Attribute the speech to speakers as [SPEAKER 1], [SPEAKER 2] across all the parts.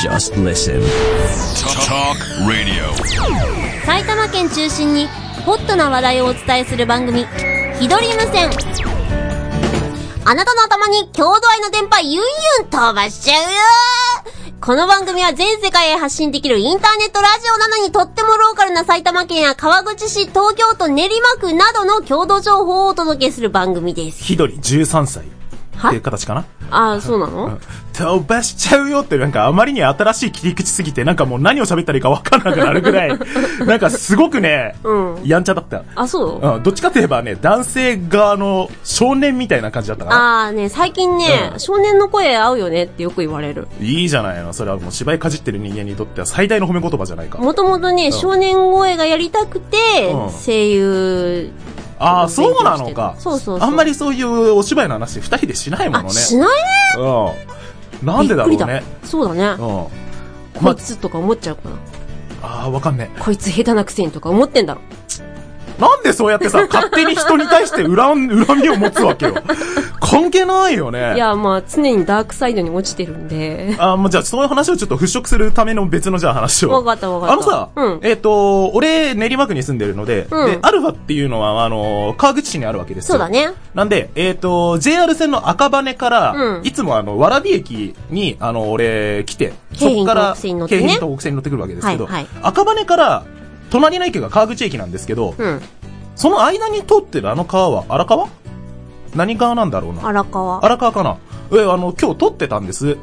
[SPEAKER 1] Just listen.
[SPEAKER 2] Talk Radio.
[SPEAKER 3] 埼玉県中心にホットな話題をお伝えする番組「ひどり無線」あなたの頭に郷土愛の電波ユンユン飛ばしちゃうよこの番組は全世界へ発信できるインターネットラジオなのにとってもローカルな埼玉県や川口市、東京都練馬区などの郷土情報をお届けする番組です。
[SPEAKER 4] ひどり13歳
[SPEAKER 3] は
[SPEAKER 4] っていう形かな
[SPEAKER 3] ああ、そうなの、
[SPEAKER 4] 飛ばしちゃうよってなんかあまりに新しい切り口すぎてなんかもう何を喋ったらいいかわかんなくなるぐ らいなんかすごくね、
[SPEAKER 3] う
[SPEAKER 4] やんちゃだった。
[SPEAKER 3] あ、そう、
[SPEAKER 4] うん、どっちかといえばね、男性側の少年みたいな感じだったかな。
[SPEAKER 3] ああね、最近ね、
[SPEAKER 4] うん
[SPEAKER 3] 少年の声合うよねってよく言われる。
[SPEAKER 4] いいじゃないの。それはもう芝居かじってる人間にとっては最大の褒め言葉じゃないか。
[SPEAKER 3] もともとね、少年声がやりたくて、
[SPEAKER 4] うん
[SPEAKER 3] 声優、
[SPEAKER 4] ああ、そうなのか。
[SPEAKER 3] そうそうそう
[SPEAKER 4] あんまりそういうお芝居の話二人でしないものね
[SPEAKER 3] あ、。しないね
[SPEAKER 4] うん。なんでだろう
[SPEAKER 3] びっくり
[SPEAKER 4] ね。
[SPEAKER 3] そうだ
[SPEAKER 4] う
[SPEAKER 3] ね。
[SPEAKER 4] ん。
[SPEAKER 3] こいつとか思っちゃうかな。
[SPEAKER 4] ああ、わかんねえ。
[SPEAKER 3] こいつ下手なくせにとか思ってんだろ。
[SPEAKER 4] なんでそうや ってさ、勝手に人に対して恨ん恨みを持つわけよ。関係ないよね。
[SPEAKER 3] いや、まあ、常にダークサイドに落ちてるんで。
[SPEAKER 4] あー、もうじゃあ、そういう話をちょっと払拭するための別のじゃあ話を。
[SPEAKER 3] わかったわかった
[SPEAKER 4] あのさ、
[SPEAKER 3] うん
[SPEAKER 4] えっ、と、俺、練馬区に住んでるので、
[SPEAKER 3] うん
[SPEAKER 4] で、アルファっていうのは、あの、川口市にあるわけですよ。
[SPEAKER 3] そうだ。ね。
[SPEAKER 4] なんで、えっ、と、JR 線の赤羽から、
[SPEAKER 3] うん
[SPEAKER 4] いつもあの、蕨駅に、あの、俺、来て、
[SPEAKER 3] 京浜
[SPEAKER 4] っか
[SPEAKER 3] 東
[SPEAKER 4] ら、
[SPEAKER 3] 北線に乗ってね
[SPEAKER 4] 京浜東北線に乗ってくるわけですけど、
[SPEAKER 3] はいはい
[SPEAKER 4] 赤羽から、隣の駅が川口駅なんですけど、
[SPEAKER 3] うん。
[SPEAKER 4] その間に通ってるあの川は荒川何川なんだろうな。
[SPEAKER 3] 荒川。
[SPEAKER 4] 荒川かなえ、あの、今日撮ってたんです。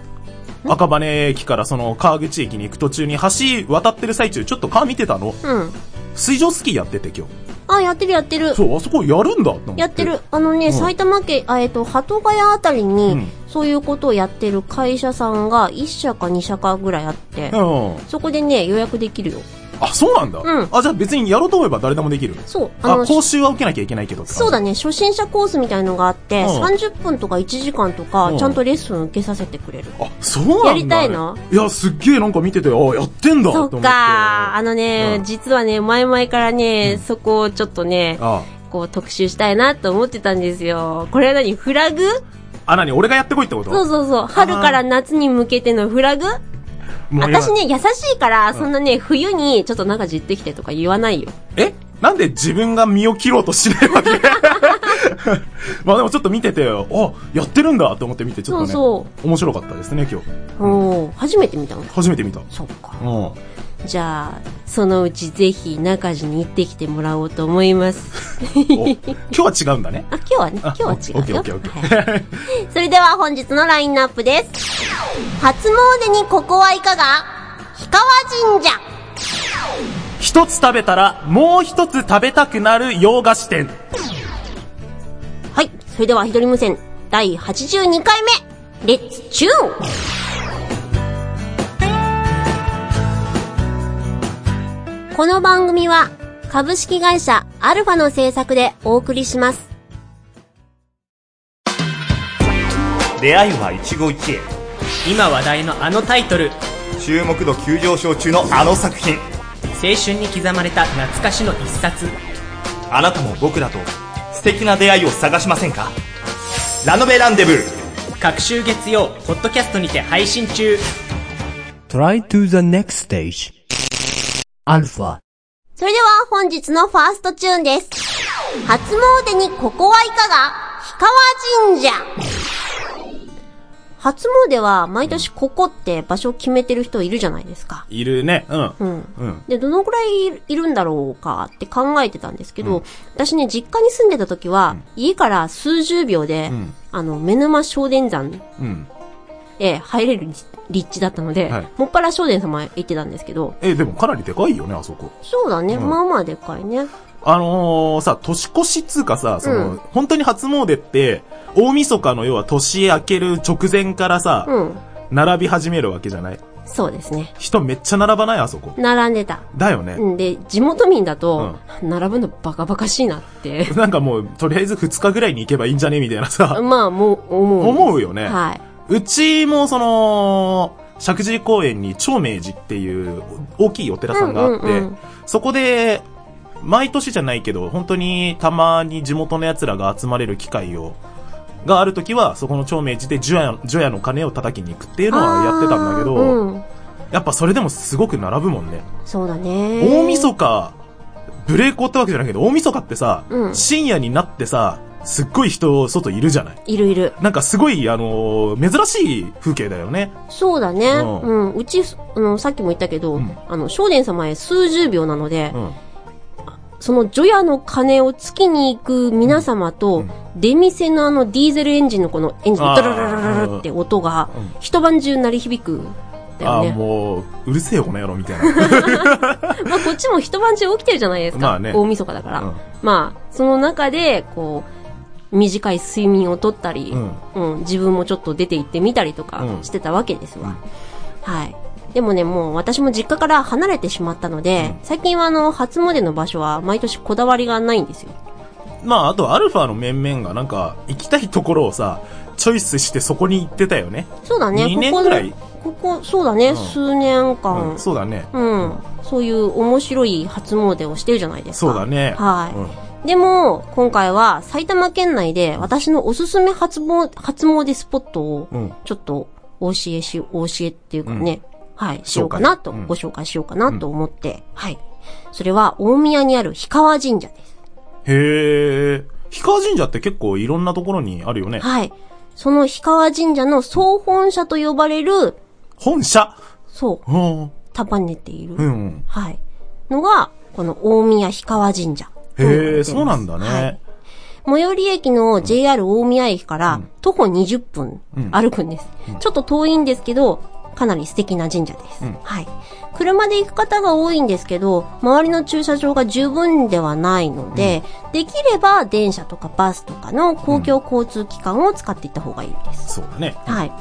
[SPEAKER 4] 赤羽駅からその川口駅に行く途中に橋渡ってる最中、ちょっと川見てたの。
[SPEAKER 3] うん。
[SPEAKER 4] 水上スキーやってて今
[SPEAKER 3] あ、やってるやってる
[SPEAKER 4] 日。。そう、あそこやるんだと思って。
[SPEAKER 3] やってる。。あのね、
[SPEAKER 4] ん
[SPEAKER 3] 埼玉県、あえっと、鳩ヶ谷あたりに、
[SPEAKER 4] うん
[SPEAKER 3] そういうことをやってる会社さんが、1社か2社かぐらいあって、
[SPEAKER 4] うん。
[SPEAKER 3] そこでね、予約できるよ。
[SPEAKER 4] あ、そうなんだ。
[SPEAKER 3] うん
[SPEAKER 4] あ、じゃあ別にやろうと思えば誰でもできる。
[SPEAKER 3] そう。
[SPEAKER 4] あ、講習は受けなきゃいけないけどって感じ
[SPEAKER 3] そうだね、初心者コースみたいのがあって、
[SPEAKER 4] うん
[SPEAKER 3] 30分とか1時間とか
[SPEAKER 4] う、ん
[SPEAKER 3] ちゃんとレッスン受けさせてくれる。
[SPEAKER 4] あ、そうなんだ、ね。
[SPEAKER 3] やりたいの
[SPEAKER 4] いや、すっげえなんか見てて、あ、やってんだと
[SPEAKER 3] そ
[SPEAKER 4] 思
[SPEAKER 3] っ
[SPEAKER 4] って。
[SPEAKER 3] かー、あのね、
[SPEAKER 4] うん
[SPEAKER 3] 実はね、前々からね、そこをちょっとね、
[SPEAKER 4] あ
[SPEAKER 3] こう特集したいなと思ってたんですよ。これは何フラグ
[SPEAKER 4] あ、なに俺がやってこいってこと
[SPEAKER 3] そうそうそう。春から夏に向けてのフラグ
[SPEAKER 4] もうや
[SPEAKER 3] 私ね、優しいから、そんなね、冬にちょっと中じってきてとか言わないよ。
[SPEAKER 4] えなんで自分が身を切ろうとしないわけ まあでもちょっと見てて、あ、やってるんだと思って見て、ちょっとね。
[SPEAKER 3] そう
[SPEAKER 4] 面白かったですね、今日。
[SPEAKER 3] おー、初めて見たのか。
[SPEAKER 4] 初めて見た。
[SPEAKER 3] そっか。
[SPEAKER 4] うん。
[SPEAKER 3] じゃあ、そのうちぜひ中地に行ってきてもらおうと思います。
[SPEAKER 4] お今日は違うんだね。
[SPEAKER 3] あ、今日はね、今
[SPEAKER 4] あ
[SPEAKER 3] 日は違うよ。
[SPEAKER 4] オッケーオッケーオッケ
[SPEAKER 3] はい
[SPEAKER 4] ー。
[SPEAKER 3] それでは本日のラインナップです。初詣にここはいかが氷川神社。
[SPEAKER 4] 一つ食べたら、もう一つ食べたくなる洋菓子店。
[SPEAKER 3] はい。それでは、ひとり無線、第82回目、レッツチューンこの番組は、株式会社アルファの制作でお送りします。
[SPEAKER 5] 出会いは一期一
[SPEAKER 6] 今話題のあのタイトル
[SPEAKER 5] 会注目度急上昇中のあの作品
[SPEAKER 6] 青春に刻まれた懐かしの一冊
[SPEAKER 5] あなたも僕らと素敵な出会いを探しませんかラノベランデブー
[SPEAKER 6] 各週月曜ポッドキャストにて配信中
[SPEAKER 7] Try to the next stage. Alpha.
[SPEAKER 3] それでは、本日のファーストチューンです。初詣にここはいかが氷川神社初詣は、毎年ここって場所を決めてる人いるじゃないですか。
[SPEAKER 4] いるね。うん。
[SPEAKER 3] うん。
[SPEAKER 4] うん。
[SPEAKER 3] で、どのくらいいるんだろうかって考えてたんですけど、私ね、実家に住んでた時は、家から数十秒で、
[SPEAKER 4] ん
[SPEAKER 3] あの、目沼正殿山
[SPEAKER 4] うん。
[SPEAKER 3] へ入れる立立地だったので、
[SPEAKER 4] はい
[SPEAKER 3] もっぱら正殿様へ行ってたんですけど、
[SPEAKER 4] え、でもかなりでかいよね、あそこ。
[SPEAKER 3] そうだね、
[SPEAKER 4] うん
[SPEAKER 3] まあまあでかいね。
[SPEAKER 4] あのー、さ、年越しっつうかさ、その、
[SPEAKER 3] うん
[SPEAKER 4] 本当に初詣って、大晦日の要は年明ける直前からさ、
[SPEAKER 3] うん。
[SPEAKER 4] 並び始めるわけじゃない
[SPEAKER 3] そうですね。
[SPEAKER 4] 人めっちゃ並ばないあそこ。
[SPEAKER 3] 並んでた。
[SPEAKER 4] だよね。
[SPEAKER 3] んで、地元民だと、並ぶのバカバカしいなって、
[SPEAKER 4] なんかもう、とりあえず2日ぐらいに行けばいいんじゃねみたいなさ、
[SPEAKER 3] まあもう、思う。
[SPEAKER 4] 思うよね。
[SPEAKER 3] はいう
[SPEAKER 4] ちもその、石神井公園に長明寺っていう大きいお寺さんがあって、
[SPEAKER 3] うんうんうん
[SPEAKER 4] そこで、毎年じゃないけど、本当にたまに地元の奴らが集まれる機会を、がある時は、そこの長明寺で除夜除夜の鐘を叩きに行くっていうのはやってたんだけど、
[SPEAKER 3] うん。
[SPEAKER 4] やっぱそれでもすごく並ぶもんね。
[SPEAKER 3] そうだね。
[SPEAKER 4] 大晦日、ブレーコってわけじゃないけど、大晦日ってさ、
[SPEAKER 3] うん
[SPEAKER 4] 深夜になってさ、すっごい人、外いるじゃない。
[SPEAKER 3] いるいる。
[SPEAKER 4] なんかすごい、あのー珍しい風景だよね。
[SPEAKER 3] そうだね。
[SPEAKER 4] うん
[SPEAKER 3] うん。うち、あの、さっきも言ったけど、
[SPEAKER 4] ん
[SPEAKER 3] あの、少年様へ数十秒なので、
[SPEAKER 4] うん。
[SPEAKER 3] その除夜の鐘をつきに行く皆様と、出店のあのディーゼルエンジンのこのエンジン
[SPEAKER 4] あ
[SPEAKER 3] の
[SPEAKER 4] ー
[SPEAKER 3] ドラララララって音が、一晩中鳴り響く。だ
[SPEAKER 4] あ
[SPEAKER 3] よね。
[SPEAKER 4] あ、もう、うるせえよ、この野郎、みたいな。
[SPEAKER 3] まあ、こっちも一晩中起きてるじゃないですか。
[SPEAKER 4] まあね
[SPEAKER 3] 大晦日だから。
[SPEAKER 4] うん
[SPEAKER 3] まあ、その中で、こう、短い睡眠をとったり、うん、自分もちょっと出て行ってみたりとか
[SPEAKER 4] うん
[SPEAKER 3] してたわけですわ。はい。でもね、もう私も実家から離れてしまったので、最近はあの、初詣の場所は毎年こだわりがないんですよ。
[SPEAKER 4] まあ、あと、アルファの面々が、なんか、行きたいところをさ、チョイスしてそこに行ってたよね。
[SPEAKER 3] そうだね、
[SPEAKER 4] 二年
[SPEAKER 3] ここ
[SPEAKER 4] ぐらい
[SPEAKER 3] ここ、そうだね、数年間、
[SPEAKER 4] うん、そうだね。
[SPEAKER 3] うん、そういう面白い初詣をしてるじゃないですか。
[SPEAKER 4] そうだね。
[SPEAKER 3] はい
[SPEAKER 4] うん
[SPEAKER 3] でも、今回は埼玉県内で私のおすすめ初詣初詣スポット
[SPEAKER 4] うん
[SPEAKER 3] を、ちょっとお教えし、お教えっていうかね、はい、しようかなと、
[SPEAKER 4] うん
[SPEAKER 3] ご紹介しようかなと思って、はい。それは大宮にある氷川神社です。
[SPEAKER 4] へえ。氷川神社って結構いろんなところにあるよね。
[SPEAKER 3] はい。その氷川神社の総本社と呼ばれる、
[SPEAKER 4] 本社
[SPEAKER 3] そう、
[SPEAKER 4] うん。
[SPEAKER 3] 束ねている、
[SPEAKER 4] うん。
[SPEAKER 3] はい。のが、この大宮氷川神社。
[SPEAKER 4] へえ、そうなんだ
[SPEAKER 3] は
[SPEAKER 4] ね
[SPEAKER 3] い。最寄り駅の JR 大宮駅から徒歩20分歩くんです。ちょっと遠いんですけど、かなり素敵な神社です。はい。車で行く方が多いんですけど、周りの駐車場が十分ではないので、できれば電車とかバスとかの公共交通機関を使っていった方がいいです。
[SPEAKER 4] そうだね。
[SPEAKER 3] はい。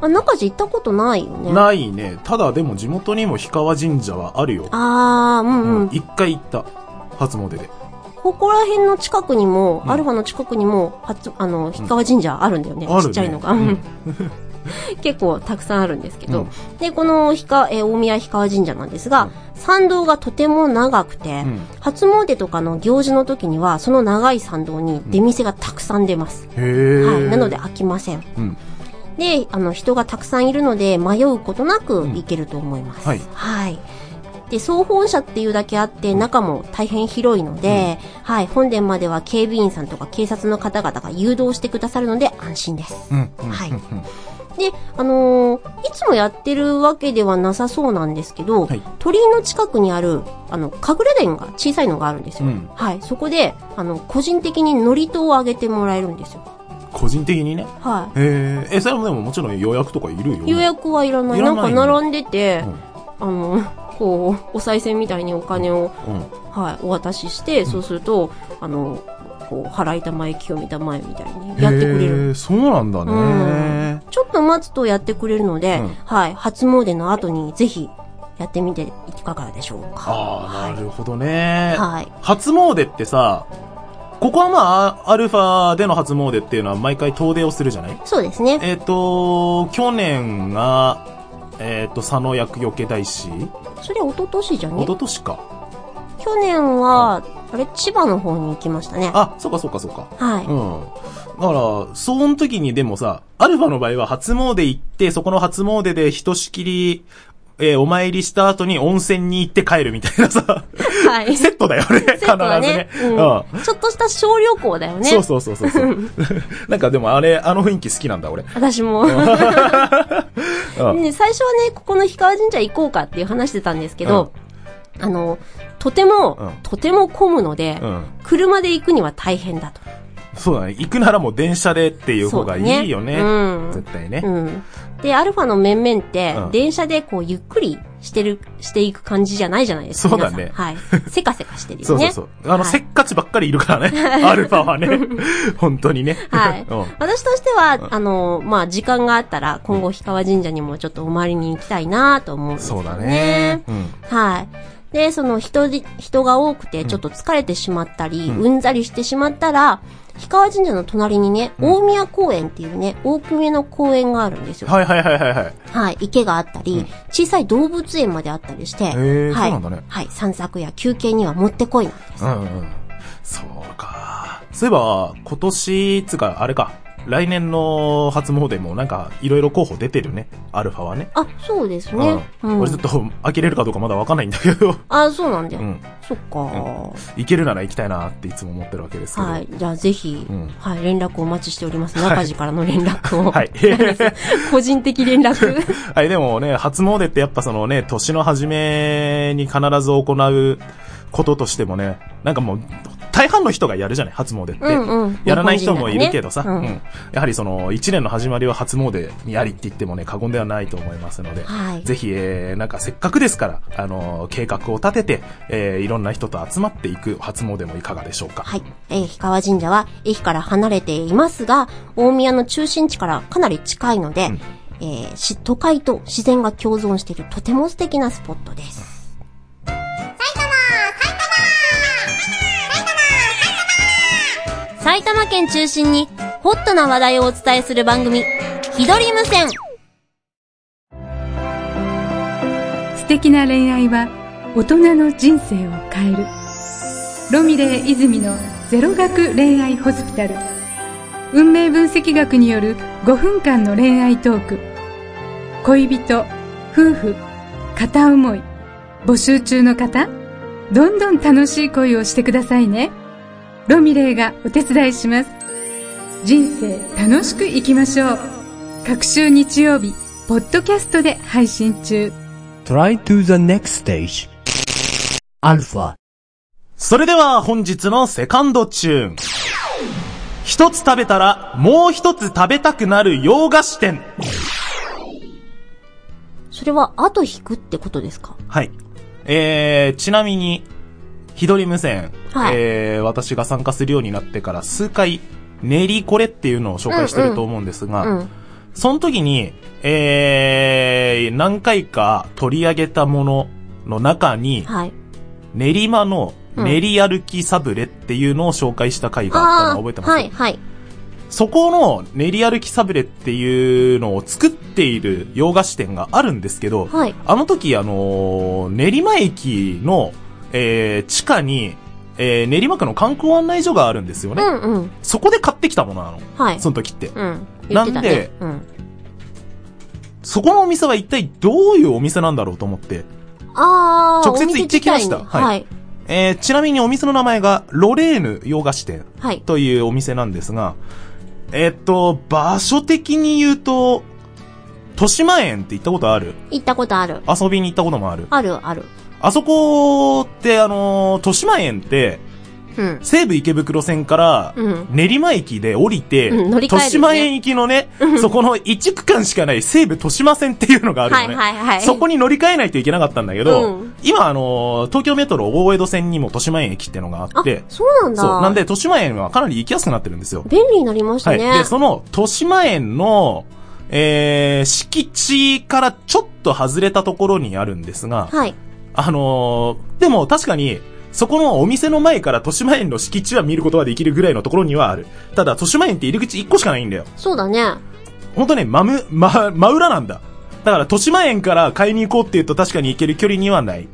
[SPEAKER 3] あ、中地行ったことないよね。あ
[SPEAKER 4] ないね。ただでも地元にも氷川神社はあるよ。
[SPEAKER 3] あー、うんうん。
[SPEAKER 4] 一回行った。初詣で。
[SPEAKER 3] ここら辺の近くにも、アルファの近くにも、初、あの、氷川神社あるんだよね。
[SPEAKER 4] あるね
[SPEAKER 3] ちっちゃいのが。
[SPEAKER 4] うん
[SPEAKER 3] 結構たくさんあるんですけど。
[SPEAKER 4] うん
[SPEAKER 3] で、この氷川、えー大宮氷川神社なんですが、参道がとても長くて、
[SPEAKER 4] ん
[SPEAKER 3] 初詣とかの行事の時には、その長い参道に出店がたくさん出ます。
[SPEAKER 4] へ
[SPEAKER 3] はい。
[SPEAKER 4] え。
[SPEAKER 3] なので飽きません。
[SPEAKER 4] うん
[SPEAKER 3] で、あの、人がたくさんいるので、迷うことなく行けると思います。
[SPEAKER 4] うんはい
[SPEAKER 3] はい。で、総本社っていうだけあって、中も大変広いので、はい、本殿までは警備員さんとか警察の方々が誘導してくださるので安心です。
[SPEAKER 4] うん。
[SPEAKER 3] はい。で、あのーいつもやってるわけではなさそうなんですけど、
[SPEAKER 4] はい
[SPEAKER 3] 鳥居の近くにある、あの、隠れ殿が小さいのがあるんですよ。
[SPEAKER 4] うん
[SPEAKER 3] はい。そこで、あの、個人的に祝詞をあげてもらえるんですよ。
[SPEAKER 4] 個人的にね。
[SPEAKER 3] はい。
[SPEAKER 4] へえ。え、それもでももちろん予約とかいるよね。
[SPEAKER 3] 予約はいらない。
[SPEAKER 4] い
[SPEAKER 3] な
[SPEAKER 4] ら
[SPEAKER 3] ん
[SPEAKER 4] な
[SPEAKER 3] か
[SPEAKER 4] い
[SPEAKER 3] 並んでて、あの、 こう、お賽銭みたいにお金を、
[SPEAKER 4] うん。
[SPEAKER 3] はい、お渡しして、そうすると、あの、こう、払いたまえ、清めたまえみたいにやってくれる。
[SPEAKER 4] へえ。そうなんだ
[SPEAKER 3] うん
[SPEAKER 4] ね。
[SPEAKER 3] ちょっと待つとやってくれるので、
[SPEAKER 4] うん
[SPEAKER 3] はい、初詣の後にぜひやってみていかがでしょうか。
[SPEAKER 4] ああ、なるほどね。
[SPEAKER 3] はい
[SPEAKER 4] 初詣ってさ、ここはまあ、アルファでの初詣っていうのは毎回遠出をするじゃない
[SPEAKER 3] そうですね。
[SPEAKER 4] えっ、と、去年が、えっ、と、佐野役よけ大師
[SPEAKER 3] それ一昨年じゃ
[SPEAKER 4] 一
[SPEAKER 3] ね
[SPEAKER 4] 昨年か。
[SPEAKER 3] 去年は、あれ、千葉の方に行きましたね。
[SPEAKER 4] あ、そうかそうかそうか。
[SPEAKER 3] はい。
[SPEAKER 4] うん。だから、その時にでもさ、アルファの場合は初詣行って、そこの初詣でひとしきり、えーお参りした後に温泉に行って帰るみたいなさ、
[SPEAKER 3] はい。
[SPEAKER 4] セットだよね、必
[SPEAKER 3] セットは
[SPEAKER 4] ず
[SPEAKER 3] ね
[SPEAKER 4] ね。、
[SPEAKER 3] うんちょっとした小旅行だよね。
[SPEAKER 4] そうそうそうそ うそう。なんかでもあれ、あの雰囲気好きなんだ、俺。
[SPEAKER 3] 私 も。
[SPEAKER 4] うん
[SPEAKER 3] ね、最初はね、ここの氷川神社行こうかっていう話してたんですけど、あの、とても、
[SPEAKER 4] うん
[SPEAKER 3] とても混むので、
[SPEAKER 4] うん
[SPEAKER 3] 車で行くには大変だと。
[SPEAKER 4] そうだね。行くならもう電車でっていう方がいいよね。
[SPEAKER 3] そうだねうん
[SPEAKER 4] 絶対ね。
[SPEAKER 3] うん。で、アルファの面々って、
[SPEAKER 4] うん
[SPEAKER 3] 電車でこう、ゆっくりしてる、していく感じじゃないじゃないですか。
[SPEAKER 4] そうだね
[SPEAKER 3] 皆さんはい。せかせかしてる
[SPEAKER 4] そ
[SPEAKER 3] よ
[SPEAKER 4] うそ
[SPEAKER 3] ね。
[SPEAKER 4] うそう。あ
[SPEAKER 3] はい
[SPEAKER 4] の、せっかちばっかりいるからね。アルフ ァはね。本当にね。
[SPEAKER 3] はい
[SPEAKER 4] うん。
[SPEAKER 3] 私としては、あの、まあ、時間があったら、今後、氷川神社にもちょっとお参りに行きたいなと思うんですよ
[SPEAKER 4] そう
[SPEAKER 3] ね。
[SPEAKER 4] だね。うん。
[SPEAKER 3] はい。で、その人じ、人が多くて、ちょっと疲れてしまったり、うん、ざりしてしまったら、氷川神社の隣にね、大宮公園っていうね、大きめの公園があるんですよ。
[SPEAKER 4] はいはいはいはいはい。
[SPEAKER 3] はい。池があったり、小さい動物園まであったりして、
[SPEAKER 4] ー
[SPEAKER 3] はい。
[SPEAKER 4] そうなんだね
[SPEAKER 3] はい。散策や休憩にはもってこいなんです。
[SPEAKER 4] うんうん。そうか。そういえば、今年、つうか、あれか。来年の初詣もなんか、いろいろ候補出てるね。アルファはね。
[SPEAKER 3] あ、そうですね。う
[SPEAKER 4] うん。
[SPEAKER 3] ん
[SPEAKER 4] 俺ちょっ。と、 飽きれるかどうかまだわかんないんだけど。
[SPEAKER 3] あ、そうなんだ
[SPEAKER 4] う
[SPEAKER 3] よ。
[SPEAKER 4] ん。
[SPEAKER 3] そっか、
[SPEAKER 4] 行けるなら行きたいなっていつも思ってるわけですけど。
[SPEAKER 3] はい。じゃあぜひ、
[SPEAKER 4] うん
[SPEAKER 3] はい、連絡お待ちしております。中地からの連絡を。
[SPEAKER 4] はい。
[SPEAKER 3] 個人的連絡。
[SPEAKER 4] はい、でもね、初詣ってやっぱそのね、年の初めに必ず行うこととしてもね、なんかもう、大半の人がやるじゃない、初詣って。
[SPEAKER 3] うんうん
[SPEAKER 4] やらない人もいるけどさ、
[SPEAKER 3] 日本人
[SPEAKER 4] う
[SPEAKER 3] だ
[SPEAKER 4] ん。やはりその、一年の始まりは初詣にありって言ってもね、過言ではないと思いますので、
[SPEAKER 3] はい
[SPEAKER 4] ぜひ、えー、なんかせっかくですから、あのー計画を立てて、えー、いろんな人と集まっていく初詣もいかがでしょうか。
[SPEAKER 3] はい。えー、氷川神社は駅から離れていますが、大宮の中心地からかなり近いので、えーし都会と自然が共存しているとても素敵なスポットです。埼玉県中心にホットな話題をお伝えする番組、ひどり無線。
[SPEAKER 1] 素敵な恋愛は大人の人生を変えるロミレー泉のゼロ学恋愛ホスピタル運命分析学による5分間の恋愛トーク恋人夫婦片思い募集中の方どんどん楽しい恋をしてくださいねロミレーがお手伝いします人生楽しく生きましょう各週日曜日ポッドキャストで配信中
[SPEAKER 7] Try to the next stage. Alpha.
[SPEAKER 4] それでは本日のセカンドチューン。一つ食べたらもう一つ食べたくなる洋菓子店。
[SPEAKER 3] それは後引くってことですか
[SPEAKER 4] はい。えー、ちなみに、ひどり無線、
[SPEAKER 3] はい
[SPEAKER 4] えー、私が参加するようになってから数回、練りこれっていうのを紹介してると思うんですが、
[SPEAKER 3] うん。
[SPEAKER 4] その時に、えー、何回か取り上げたものの中に、
[SPEAKER 3] はい。
[SPEAKER 4] 練馬の
[SPEAKER 3] うん
[SPEAKER 4] 練り歩きサブレっていうのを紹介した回があったのを覚えてます
[SPEAKER 3] はい、はい。
[SPEAKER 4] そこの練り歩きサブレっていうのを作っている洋菓子店があるんですけど、
[SPEAKER 3] はい
[SPEAKER 4] あの時、あのー練馬駅の、えー地下に、えー練馬区の観光案内所があるんですよ
[SPEAKER 3] う
[SPEAKER 4] ね。
[SPEAKER 3] んうん。
[SPEAKER 4] そこで買ってきたものなの。
[SPEAKER 3] はい。
[SPEAKER 4] その時って。
[SPEAKER 3] うん。言ってたね。うん。
[SPEAKER 4] そこのお店は一体どういうお店なんだろうと思って。
[SPEAKER 3] あー。
[SPEAKER 4] 直接行ってきました
[SPEAKER 3] お店自体には。
[SPEAKER 4] はいえーちなみにお店の名前がロレーヌ洋菓子店
[SPEAKER 3] はい。
[SPEAKER 4] というお店なんですが、えっと、場所的に言うと、豊島園って行ったことある
[SPEAKER 3] 行ったことある。
[SPEAKER 4] 遊びに行ったこともある。
[SPEAKER 3] あるある。
[SPEAKER 4] あそこって、あのー、豊島園って、
[SPEAKER 3] うん。
[SPEAKER 4] 西武池袋線から
[SPEAKER 3] うん、
[SPEAKER 4] 練馬駅で降りて、
[SPEAKER 3] うん乗り換えるね
[SPEAKER 4] 豊島園行きのね、そこの1区間しかない西武豊島線っていうのがあるよ
[SPEAKER 3] は
[SPEAKER 4] ね。
[SPEAKER 3] いはいはい。
[SPEAKER 4] そこに乗り換えないといけなかったんだけど、
[SPEAKER 3] うん
[SPEAKER 4] 今あのー東京メトロ大江戸線にも豊島園駅ってのがあ
[SPEAKER 3] あ
[SPEAKER 4] って、、
[SPEAKER 3] そうなんだ。
[SPEAKER 4] そう。なんで、豊島園はかなり行きやすくなってるんですよ。
[SPEAKER 3] 便利になりました
[SPEAKER 4] はい。
[SPEAKER 3] ね。
[SPEAKER 4] で、その、豊島園の、えー、敷地からちょっと外れたところにあるんですが、
[SPEAKER 3] はい。
[SPEAKER 4] あのーでも確かに、そこのお店の前から豊島園の敷地は見ることができるぐらいのところにはある。ただ、豊島園って入り口1個しかないんだよ。
[SPEAKER 3] そうだね。
[SPEAKER 4] ほんとね、まむ、ま、真裏なんだ。だから、豊島園から買いに行こうって言うと確かに行ける距離にはない。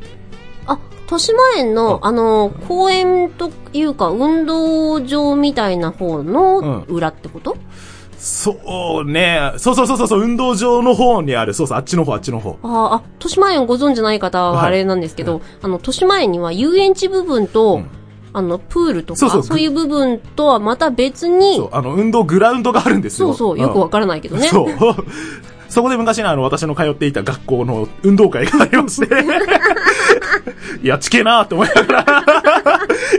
[SPEAKER 3] あ、豊島園の、あの、公園というか、運動場みたいな方の
[SPEAKER 4] ん
[SPEAKER 3] 裏ってこと、
[SPEAKER 4] そうね、そうそうそうそうそう、運動場の方にある。そうそう、あっちの方、あっちの方。
[SPEAKER 3] あーあ、豊島園ご存知ない方は
[SPEAKER 4] はい
[SPEAKER 3] あれなんですけど、あの、豊島園には遊園地部分と、
[SPEAKER 4] うん
[SPEAKER 3] あの、プールとか、そ
[SPEAKER 4] そううそう
[SPEAKER 3] いう部分とはまた別に、
[SPEAKER 4] そう、あの、運動グラウンドがあるんです
[SPEAKER 3] そ
[SPEAKER 4] よ。
[SPEAKER 3] うそう、よくわ
[SPEAKER 4] か
[SPEAKER 3] からないけどね。
[SPEAKER 4] そう。そこで昔のあの、私の通っていた学校の運動会がありまして、いや、ちけえなって思いながら、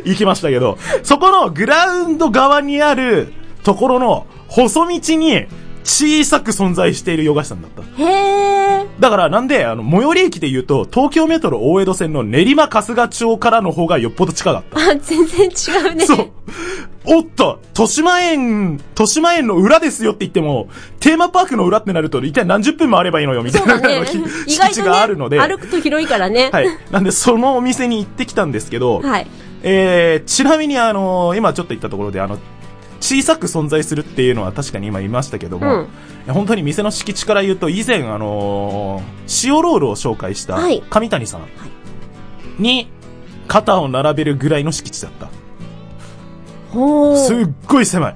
[SPEAKER 4] 行きましたけど、そこのグラウンド側にあるところの細道に小さく存在しているヨガ師さんだった。
[SPEAKER 3] へー。
[SPEAKER 4] だからなんで、あの、最寄り駅で言うと、東京メトロ大江戸線の練馬春日町からの方がよっぽど近かった。
[SPEAKER 3] あ、全然違うね。
[SPEAKER 4] そう。おっと、豊島園、豊島園の裏ですよって言っても、テーマパークの裏ってなると、一体何十分もあればいいのよ、みた
[SPEAKER 3] そ
[SPEAKER 4] いう
[SPEAKER 3] だ
[SPEAKER 4] な、あ
[SPEAKER 3] ね
[SPEAKER 4] のひ。
[SPEAKER 3] 意外
[SPEAKER 4] 敷
[SPEAKER 3] と
[SPEAKER 4] 地
[SPEAKER 3] ね、
[SPEAKER 4] があるので、
[SPEAKER 3] 歩くと広いからね。
[SPEAKER 4] はい。なんで、そのお店に行ってきたんですけど、
[SPEAKER 3] はい。
[SPEAKER 4] えー、ちなみに、あのー今ちょっと言ったところで、あの、小さく存在するっていうのは確かに今言いましたけども、
[SPEAKER 3] うん
[SPEAKER 4] 本当に店の敷地から言うと、以前、あのー塩ロールを紹介した
[SPEAKER 3] はい、
[SPEAKER 4] 上谷さんに、肩を並べるぐらいの敷地だった。
[SPEAKER 3] ほ
[SPEAKER 4] すっ
[SPEAKER 3] ー。
[SPEAKER 4] ごい狭い。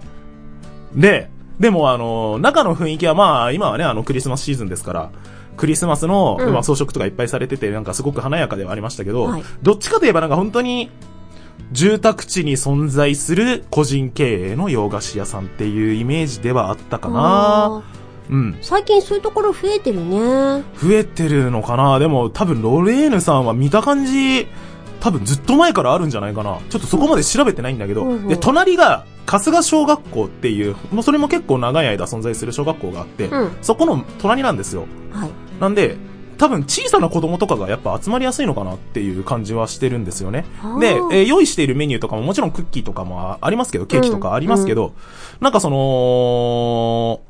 [SPEAKER 4] で、でも、あの、中の雰囲気はまあ、今はね、あの、クリスマスシーズンですから、クリスマスの、
[SPEAKER 3] うん
[SPEAKER 4] まあ、装飾とかいっぱいされてて、なんかすごく華やかではありましたけど、
[SPEAKER 3] はい
[SPEAKER 4] どっちかといえばなんか本当に、住宅地に存在する個人経営の洋菓子屋さんっていうイメージではあったかな。
[SPEAKER 3] あー
[SPEAKER 4] うん。
[SPEAKER 3] 最近そういうところ増えてるね。
[SPEAKER 4] 増えてるのかなでも多分ロレーヌさんは見た感じ、多分ずっと前からあるんじゃないかな。ちょっとそこまで調べてないんだけど。
[SPEAKER 3] うんうん
[SPEAKER 4] で、隣が春日小学校っていう、もうそれも結構長い間存在する小学校があって、
[SPEAKER 3] うん
[SPEAKER 4] そこの隣なんですよ。
[SPEAKER 3] はい。
[SPEAKER 4] なんで、多分小さな子供とかがやっぱ集まりやすいのかなっていう感じはしてるんですよね
[SPEAKER 3] あー。
[SPEAKER 4] で、えー用意しているメニューとかももちろんクッキーとかもありますけど、ケーキとかありますけど、なんかその、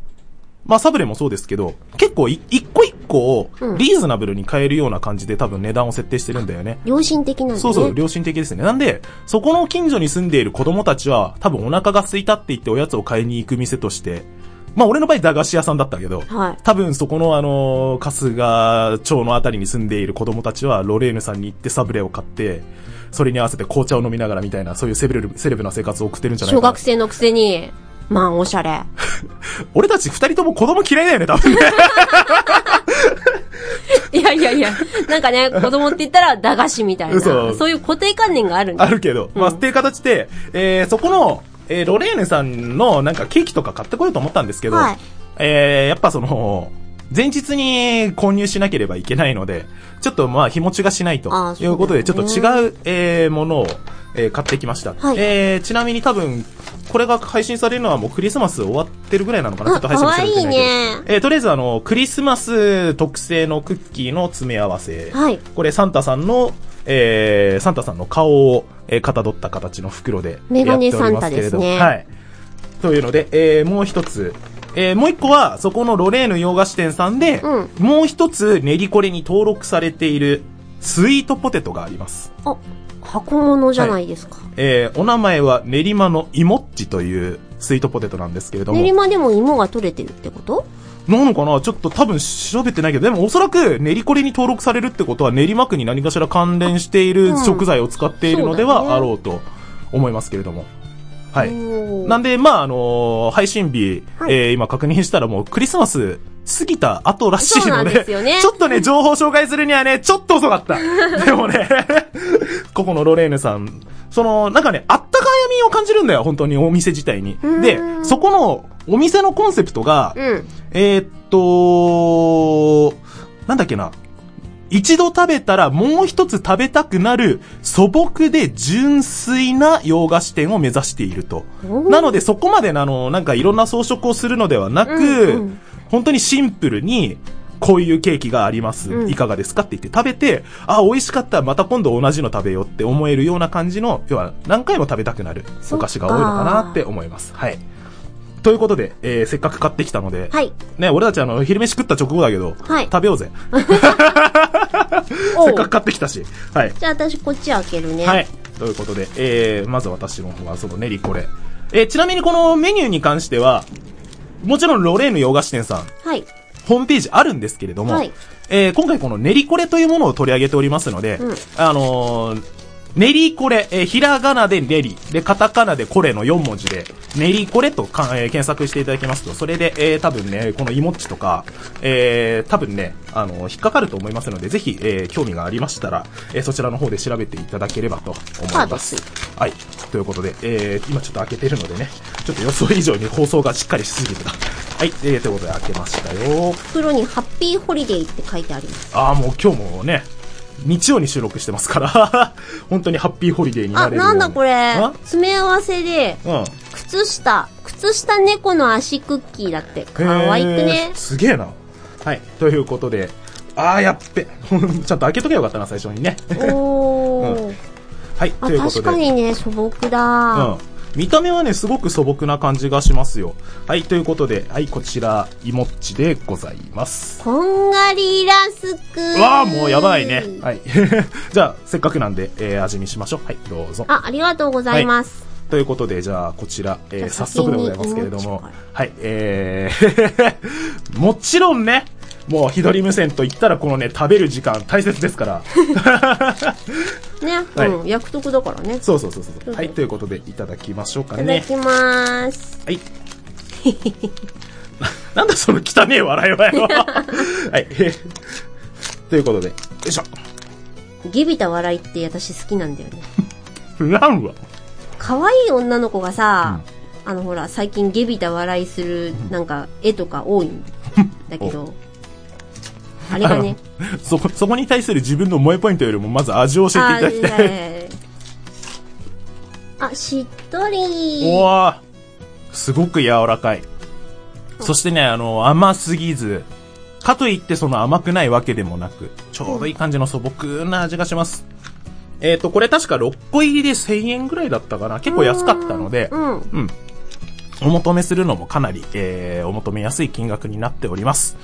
[SPEAKER 4] まあサブレもそうですけど、結構い一個一個を
[SPEAKER 3] うん
[SPEAKER 4] リーズナブルに買えるような感じで多分値段を設定してるんだよね。
[SPEAKER 3] 良心的なんでね。
[SPEAKER 4] そうそう、良心的ですね。なんで、そこの近所に住んでいる子供たちは、多分お腹が空いたって言っておやつを買いに行く店として、まあ俺の場合駄菓子屋さんだったけど、
[SPEAKER 3] はい
[SPEAKER 4] 多分そこのあのー、春日町のあたりに住んでいる子供たちは、ロレーヌさんに行ってサブレを買って、それに合わせて紅茶を飲みながらみたいな、そういうセレブセレブな生活を送ってるんじゃない
[SPEAKER 3] 小
[SPEAKER 4] かな。
[SPEAKER 3] 学生のくせに、まあ、おしゃれ。
[SPEAKER 4] 俺たち二人とも子供嫌いだよね、多分ね。
[SPEAKER 3] いやいやいや、なんかね、子供って言ったら駄菓子みたいな。
[SPEAKER 4] そう
[SPEAKER 3] そういう固定観念があるんだ。
[SPEAKER 4] あるけど。まあ、っていう形で、えー、そこの、えー、ロレーヌさんのなんかケーキとか買ってこようと思ったんですけど、
[SPEAKER 3] はい
[SPEAKER 4] えー、やっぱその、前日に購入しなければいけないので、ちょっとまあ日持ちがしないと
[SPEAKER 3] あーそうだ
[SPEAKER 4] い
[SPEAKER 3] よね
[SPEAKER 4] うことで、ちょっと違う、えー、ものを、えー、買ってきました。
[SPEAKER 3] はい
[SPEAKER 4] えー、ちなみに多分、これが配信されるのはもうクリスマス終わってるぐらいなのかな
[SPEAKER 3] あ
[SPEAKER 4] ちょっと配信されてないけど
[SPEAKER 3] 可愛いね
[SPEAKER 4] えー、とりあえずあの、クリスマス特製のクッキーの詰め合わせ。
[SPEAKER 3] はい
[SPEAKER 4] これサンタさんの、えー、サンタさんの顔を、えー、かたどった形の袋で
[SPEAKER 3] メガネ
[SPEAKER 4] やっておりますけれど
[SPEAKER 3] サンタですね
[SPEAKER 4] はい。というので、えー、もう一つ。えー、もう一個は、そこのロレーヌ洋菓子店さんで、
[SPEAKER 3] うん
[SPEAKER 4] もう一つ練りコレに登録されているスイートポテトがあります。
[SPEAKER 3] あ、箱物じゃないですか。
[SPEAKER 4] えー、お名前は練馬のイモッチというスイートポテトなんですけれども。
[SPEAKER 3] 練馬でも芋が取れてるってこと
[SPEAKER 4] なのかなちょっと多分調べてないけど、でもおそらく練りこれに登録されるってことは練馬区に何かしら関連している
[SPEAKER 3] うん
[SPEAKER 4] 食材を使っているので
[SPEAKER 3] そうだ
[SPEAKER 4] は
[SPEAKER 3] ね
[SPEAKER 4] あろうと思いますけれども。はい。
[SPEAKER 3] おー
[SPEAKER 4] なんで、まあ、あのー配信日、
[SPEAKER 3] はい
[SPEAKER 4] えー今確認したらもうクリスマス過ぎた後らしい
[SPEAKER 3] そうな
[SPEAKER 4] の
[SPEAKER 3] ん
[SPEAKER 4] で、
[SPEAKER 3] ですよね
[SPEAKER 4] ちょっとね、情報紹介するにはね、ちょっと遅か った。でもね、ここのロレーヌさん、その、なんかね、あったかみを感じるんだよ、本当にお店自体に。で、そこのお店のコンセプトが、
[SPEAKER 3] うん。
[SPEAKER 4] えーっと、なんだっけな。一度食べたらもう一つ食べたくなる素朴で純粋な洋菓子店を目指していると。
[SPEAKER 3] おー
[SPEAKER 4] なのでそこまでなあの、なんかいろんな装飾をするのではなく、
[SPEAKER 3] うんうん
[SPEAKER 4] 本当にシンプルに、こういうケーキがあります。
[SPEAKER 3] うん
[SPEAKER 4] いかがですかって言って食べて、あ、美味しかった。また今度同じの食べようって思えるような感じの、要は何回も食べたくなるお菓子が多いのかなって思います。はい。ということで、えーせっかく買ってきたので、
[SPEAKER 3] はい。
[SPEAKER 4] ね、俺たちあの、昼飯食った直後だけど、
[SPEAKER 3] はい
[SPEAKER 4] 食べようぜ。
[SPEAKER 3] お
[SPEAKER 4] せっかく
[SPEAKER 3] う
[SPEAKER 4] 買ってきたし。はい。
[SPEAKER 3] じゃあ私こっち開けるね。
[SPEAKER 4] はい。ということで、えー、まず私の方はその練りこれ。えー、ちなみにこのメニューに関しては、もちろんロレーヌ洋菓子店さん、
[SPEAKER 3] はい。
[SPEAKER 4] ホームページあるんですけれども、
[SPEAKER 3] はい
[SPEAKER 4] えー今回この練りこれというものを取り上げておりますので、
[SPEAKER 3] うん
[SPEAKER 4] あのー練りこれ、えーひらがなで練り、で、カタカナでこれの4文字で、練りこれとか、えー検索していただきますと、それで、えー多分ね、このいもっちとか、えー多分ね、あのー引っかかると思いますので、ぜひ、えー興味がありましたら、えーそちらの方で調べていただければと思います。
[SPEAKER 3] そうで
[SPEAKER 4] はい。ということで、えー今ちょっと開けてるのでね、ちょっと予想以上に放送がしっかりしすぎてた。はい。えーということで開けましたよ。
[SPEAKER 3] 袋にハッピーホリデーって書いてあります。
[SPEAKER 4] ああ、もう今日もね、日曜に収録してますから、 本当にハッピーホリデーにな
[SPEAKER 3] あ、
[SPEAKER 4] れるよ
[SPEAKER 3] な
[SPEAKER 4] うんに
[SPEAKER 3] だこれ
[SPEAKER 4] あ。
[SPEAKER 3] 詰め合わせで、
[SPEAKER 4] うん。
[SPEAKER 3] 靴下。靴下猫の足クッキーだって。可愛く
[SPEAKER 4] へ
[SPEAKER 3] ね
[SPEAKER 4] ー。すげえな。はい。ということで、ああ、やっべ。 ちゃんと開けとけばよかったな、最初にね。
[SPEAKER 3] おー。
[SPEAKER 4] はい。
[SPEAKER 3] あ、
[SPEAKER 4] ということ
[SPEAKER 3] 確
[SPEAKER 4] で。
[SPEAKER 3] かにね、素朴
[SPEAKER 4] う
[SPEAKER 3] だ。
[SPEAKER 4] ん。見た目はね、すごく素朴な感じがしますよ。はい。ということで、はい、こちら、いもっちでございます。
[SPEAKER 3] こんがりラスク。
[SPEAKER 4] わあ、もうやばいね。はい。 じゃあ、せっかくなんで、えー味見しましょう。はい、どうぞ。
[SPEAKER 3] あ、ありがとうございます。
[SPEAKER 4] ということで、じゃあ、こちら、えー
[SPEAKER 3] じゃ
[SPEAKER 4] 早
[SPEAKER 3] あ先に
[SPEAKER 4] 速でございますけれど
[SPEAKER 3] お餅
[SPEAKER 4] も
[SPEAKER 3] から、
[SPEAKER 4] はい、えー、 もちろんね、もう、ひどり無線と言ったら、このね、食べる時間、大切で すから。
[SPEAKER 3] ね、
[SPEAKER 4] はい
[SPEAKER 3] うん、約束だからね。い
[SPEAKER 4] そうそうそうそう。はい、ということで、いただきましょうか
[SPEAKER 3] ただ
[SPEAKER 4] ね。
[SPEAKER 3] きます。
[SPEAKER 4] はい。なんだその汚え笑いは よ。はい。 えーということで、よいしょ。
[SPEAKER 3] ゲビた笑いって私好きなんだよね。
[SPEAKER 4] フランは。
[SPEAKER 3] 可愛い女の子がさ、あのほら、最近ゲビた笑いする、なんか、絵とか多いんだけど、あれがね、
[SPEAKER 4] そこ、そこに対する自分の萌えポイントよりも、まず味 を教え
[SPEAKER 3] あ
[SPEAKER 4] ていただきたい。
[SPEAKER 3] あ、しっとり
[SPEAKER 4] おわすごく柔らかい。そしてね、あの、甘すぎず、かといってその甘くないわけでもなく、ちょうどいい感じの素朴な味がします。えっ、と、これ確か6個入りで1000円ぐらいだったかな。結構安かったので、
[SPEAKER 3] うん。
[SPEAKER 4] うん。お求めするのもかなり、えー、お求めやすい金額になっております。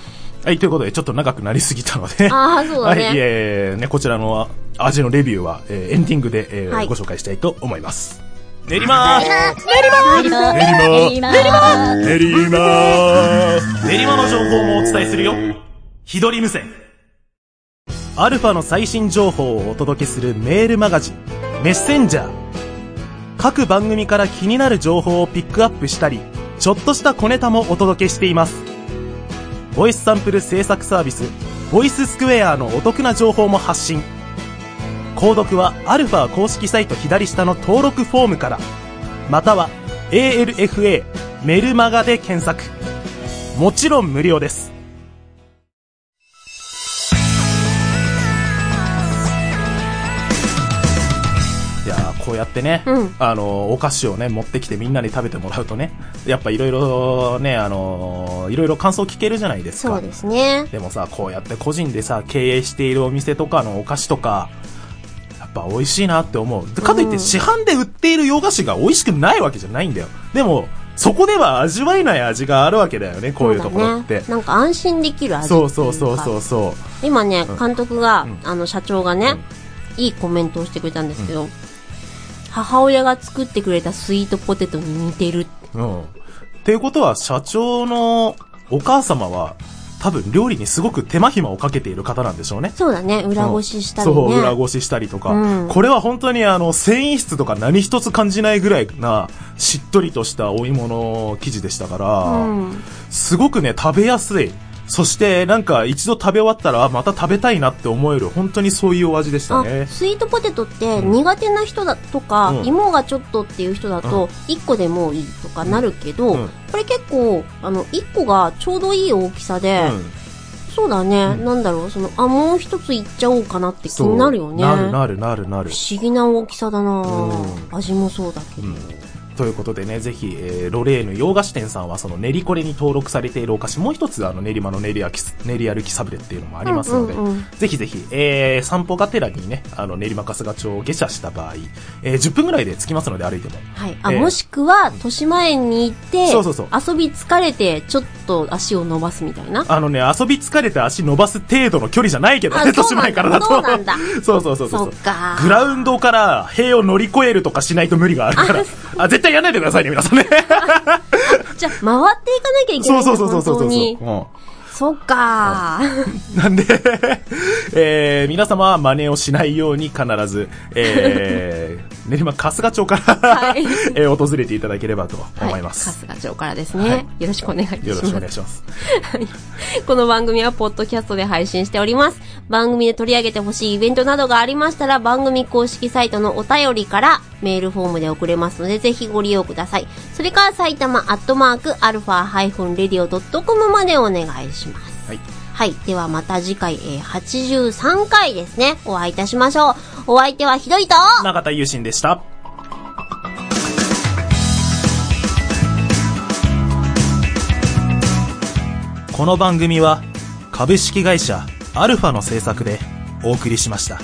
[SPEAKER 4] はい、ということで、ちょっと長くなりすぎたので。
[SPEAKER 3] あーそうだね
[SPEAKER 4] はい、えー、ね、こちらの味のレビューは、えーエンディングで、えー
[SPEAKER 3] はい
[SPEAKER 4] ご紹介したいと思います。練りまーす
[SPEAKER 8] 練馬
[SPEAKER 4] 練馬練馬の情報もお伝えするよひどり無線アルファの最新情報をお届けするメールマガジンメッセンジャー各番組から気になる情報をピックアップしたりちょっとした小ネタもお届けしていますボイスサンプル制作サービスボイススクエアのお得な情報も発信購読はアルファ公式サイト左下の登録フォームからまたは ALFA メルマガで検索もちろん無料ですいやーこうやってね、
[SPEAKER 3] うん
[SPEAKER 4] あのお菓子をね持ってきてみんなに食べてもらうとねやっぱいろいろねあのいろいろ感想聞けるじゃないですか
[SPEAKER 3] そうですね。
[SPEAKER 4] でもさ、こうやって個人でさ、経営しているお店とかのお菓子とか、やっぱ美味しいなって思う。でかといっ
[SPEAKER 3] う
[SPEAKER 4] て
[SPEAKER 3] ん
[SPEAKER 4] 市販で売っている洋菓子が美味しくないわけじゃないんだよ。でも、そこでは味わえない味があるわけだよね、こういうところって
[SPEAKER 3] そうだね。なんか安心できる味ってい
[SPEAKER 4] そう
[SPEAKER 3] か。
[SPEAKER 4] そうそうそうそう。
[SPEAKER 3] 今ね、監督が、あの、社長がね、いいコメントをしてくれたんですけど、母親が作ってくれたスイートポテトに似てる。
[SPEAKER 4] うん。っていうことは、社長のお母様は、多分料理にすごく手間暇をかけている方なんでしょうね。
[SPEAKER 3] そうだね、裏ごししたりね。
[SPEAKER 4] そう、裏ごししたりとか。
[SPEAKER 3] うん
[SPEAKER 4] これは本当にあの、繊維質とか何一つ感じないぐらいな、しっとりとしたお芋の生地でしたから、
[SPEAKER 3] うん。
[SPEAKER 4] すごくね、食べやすい。そして、なんか、一度食べ終わったら、あまた食べたいなって思える、本当にそういうお味でした
[SPEAKER 3] あ、
[SPEAKER 4] ね。
[SPEAKER 3] スイートポテトって苦手な人だとか、
[SPEAKER 4] うん
[SPEAKER 3] 芋がちょっとっていう人だと、1個でもういいとかなるけど、
[SPEAKER 4] うん
[SPEAKER 3] これ結構、あの、1個がちょうどいい大きさで、
[SPEAKER 4] うん。
[SPEAKER 3] そうだね、なんだろう、その、あ、もう一ついっちゃおうかなって気
[SPEAKER 4] そう
[SPEAKER 3] になるよね。
[SPEAKER 4] なるなるなるなる
[SPEAKER 3] 不。思議な大きさだな、
[SPEAKER 4] う
[SPEAKER 3] 味もそうだけど。
[SPEAKER 4] ということでね、ぜひ、えーロレーヌ洋菓子店さんは、その練りコレに登録されているお菓子、もう一つ、あの、練馬の練り歩き、練り歩きサブレっていうのもありますので、
[SPEAKER 3] うんうんうん
[SPEAKER 4] ぜひぜひ、えー、散歩がてらにね、あの、練馬春日町を下車した場合、えー、10分ぐらいで着きますので、歩いても。
[SPEAKER 3] はい。あ、
[SPEAKER 4] えー
[SPEAKER 3] もしくは、豊島園に行って、
[SPEAKER 4] そうそうそう
[SPEAKER 3] 遊び疲れて、ちょっと足を伸ばすみたいな。
[SPEAKER 4] あのね、遊び疲れて足伸ばす程度の距離じゃないけどね、
[SPEAKER 3] あそう
[SPEAKER 4] 年
[SPEAKER 3] なんだ
[SPEAKER 4] 前からだと。
[SPEAKER 3] そうなんだ
[SPEAKER 4] そうそうそうそ
[SPEAKER 3] そ
[SPEAKER 4] う。
[SPEAKER 3] っか
[SPEAKER 4] グラウンドから塀を乗り越えるとかしないと無理があるから。あ、絶対やんないでくださいね、皆さん ね。
[SPEAKER 3] じゃあ、回っていかなきゃいけな
[SPEAKER 4] そ
[SPEAKER 3] いんだ
[SPEAKER 4] うそうそうそうそ
[SPEAKER 3] 本
[SPEAKER 4] うそう。
[SPEAKER 3] 当に。
[SPEAKER 4] うん
[SPEAKER 3] そっかー。
[SPEAKER 4] なんで、 えー、皆様は真似をしないように必ず、え ー、練馬春日町から、
[SPEAKER 3] はい
[SPEAKER 4] えー訪れていただければと思います。
[SPEAKER 3] はい、春日町からですね、よろしくお願いいたし
[SPEAKER 4] よ
[SPEAKER 3] ま
[SPEAKER 4] ろ
[SPEAKER 3] す。
[SPEAKER 4] しくお願いします。
[SPEAKER 3] この番組はポッドキャストで配信しております。番組で取り上げてほしいイベントなどがありましたら、番組公式サイトのお便りからメールフォームで送れますので、ぜひご利用ください。それから埼玉アットマークアルファハイフンレディオドットコムまでお願いします。
[SPEAKER 4] はい。
[SPEAKER 3] はい。ではまた次回、えー、83回ですね。お会いいたしましょう。お相手はひどいと、
[SPEAKER 4] 永田優心でした。この番組は、株式会社アルファの制作でお送りしました。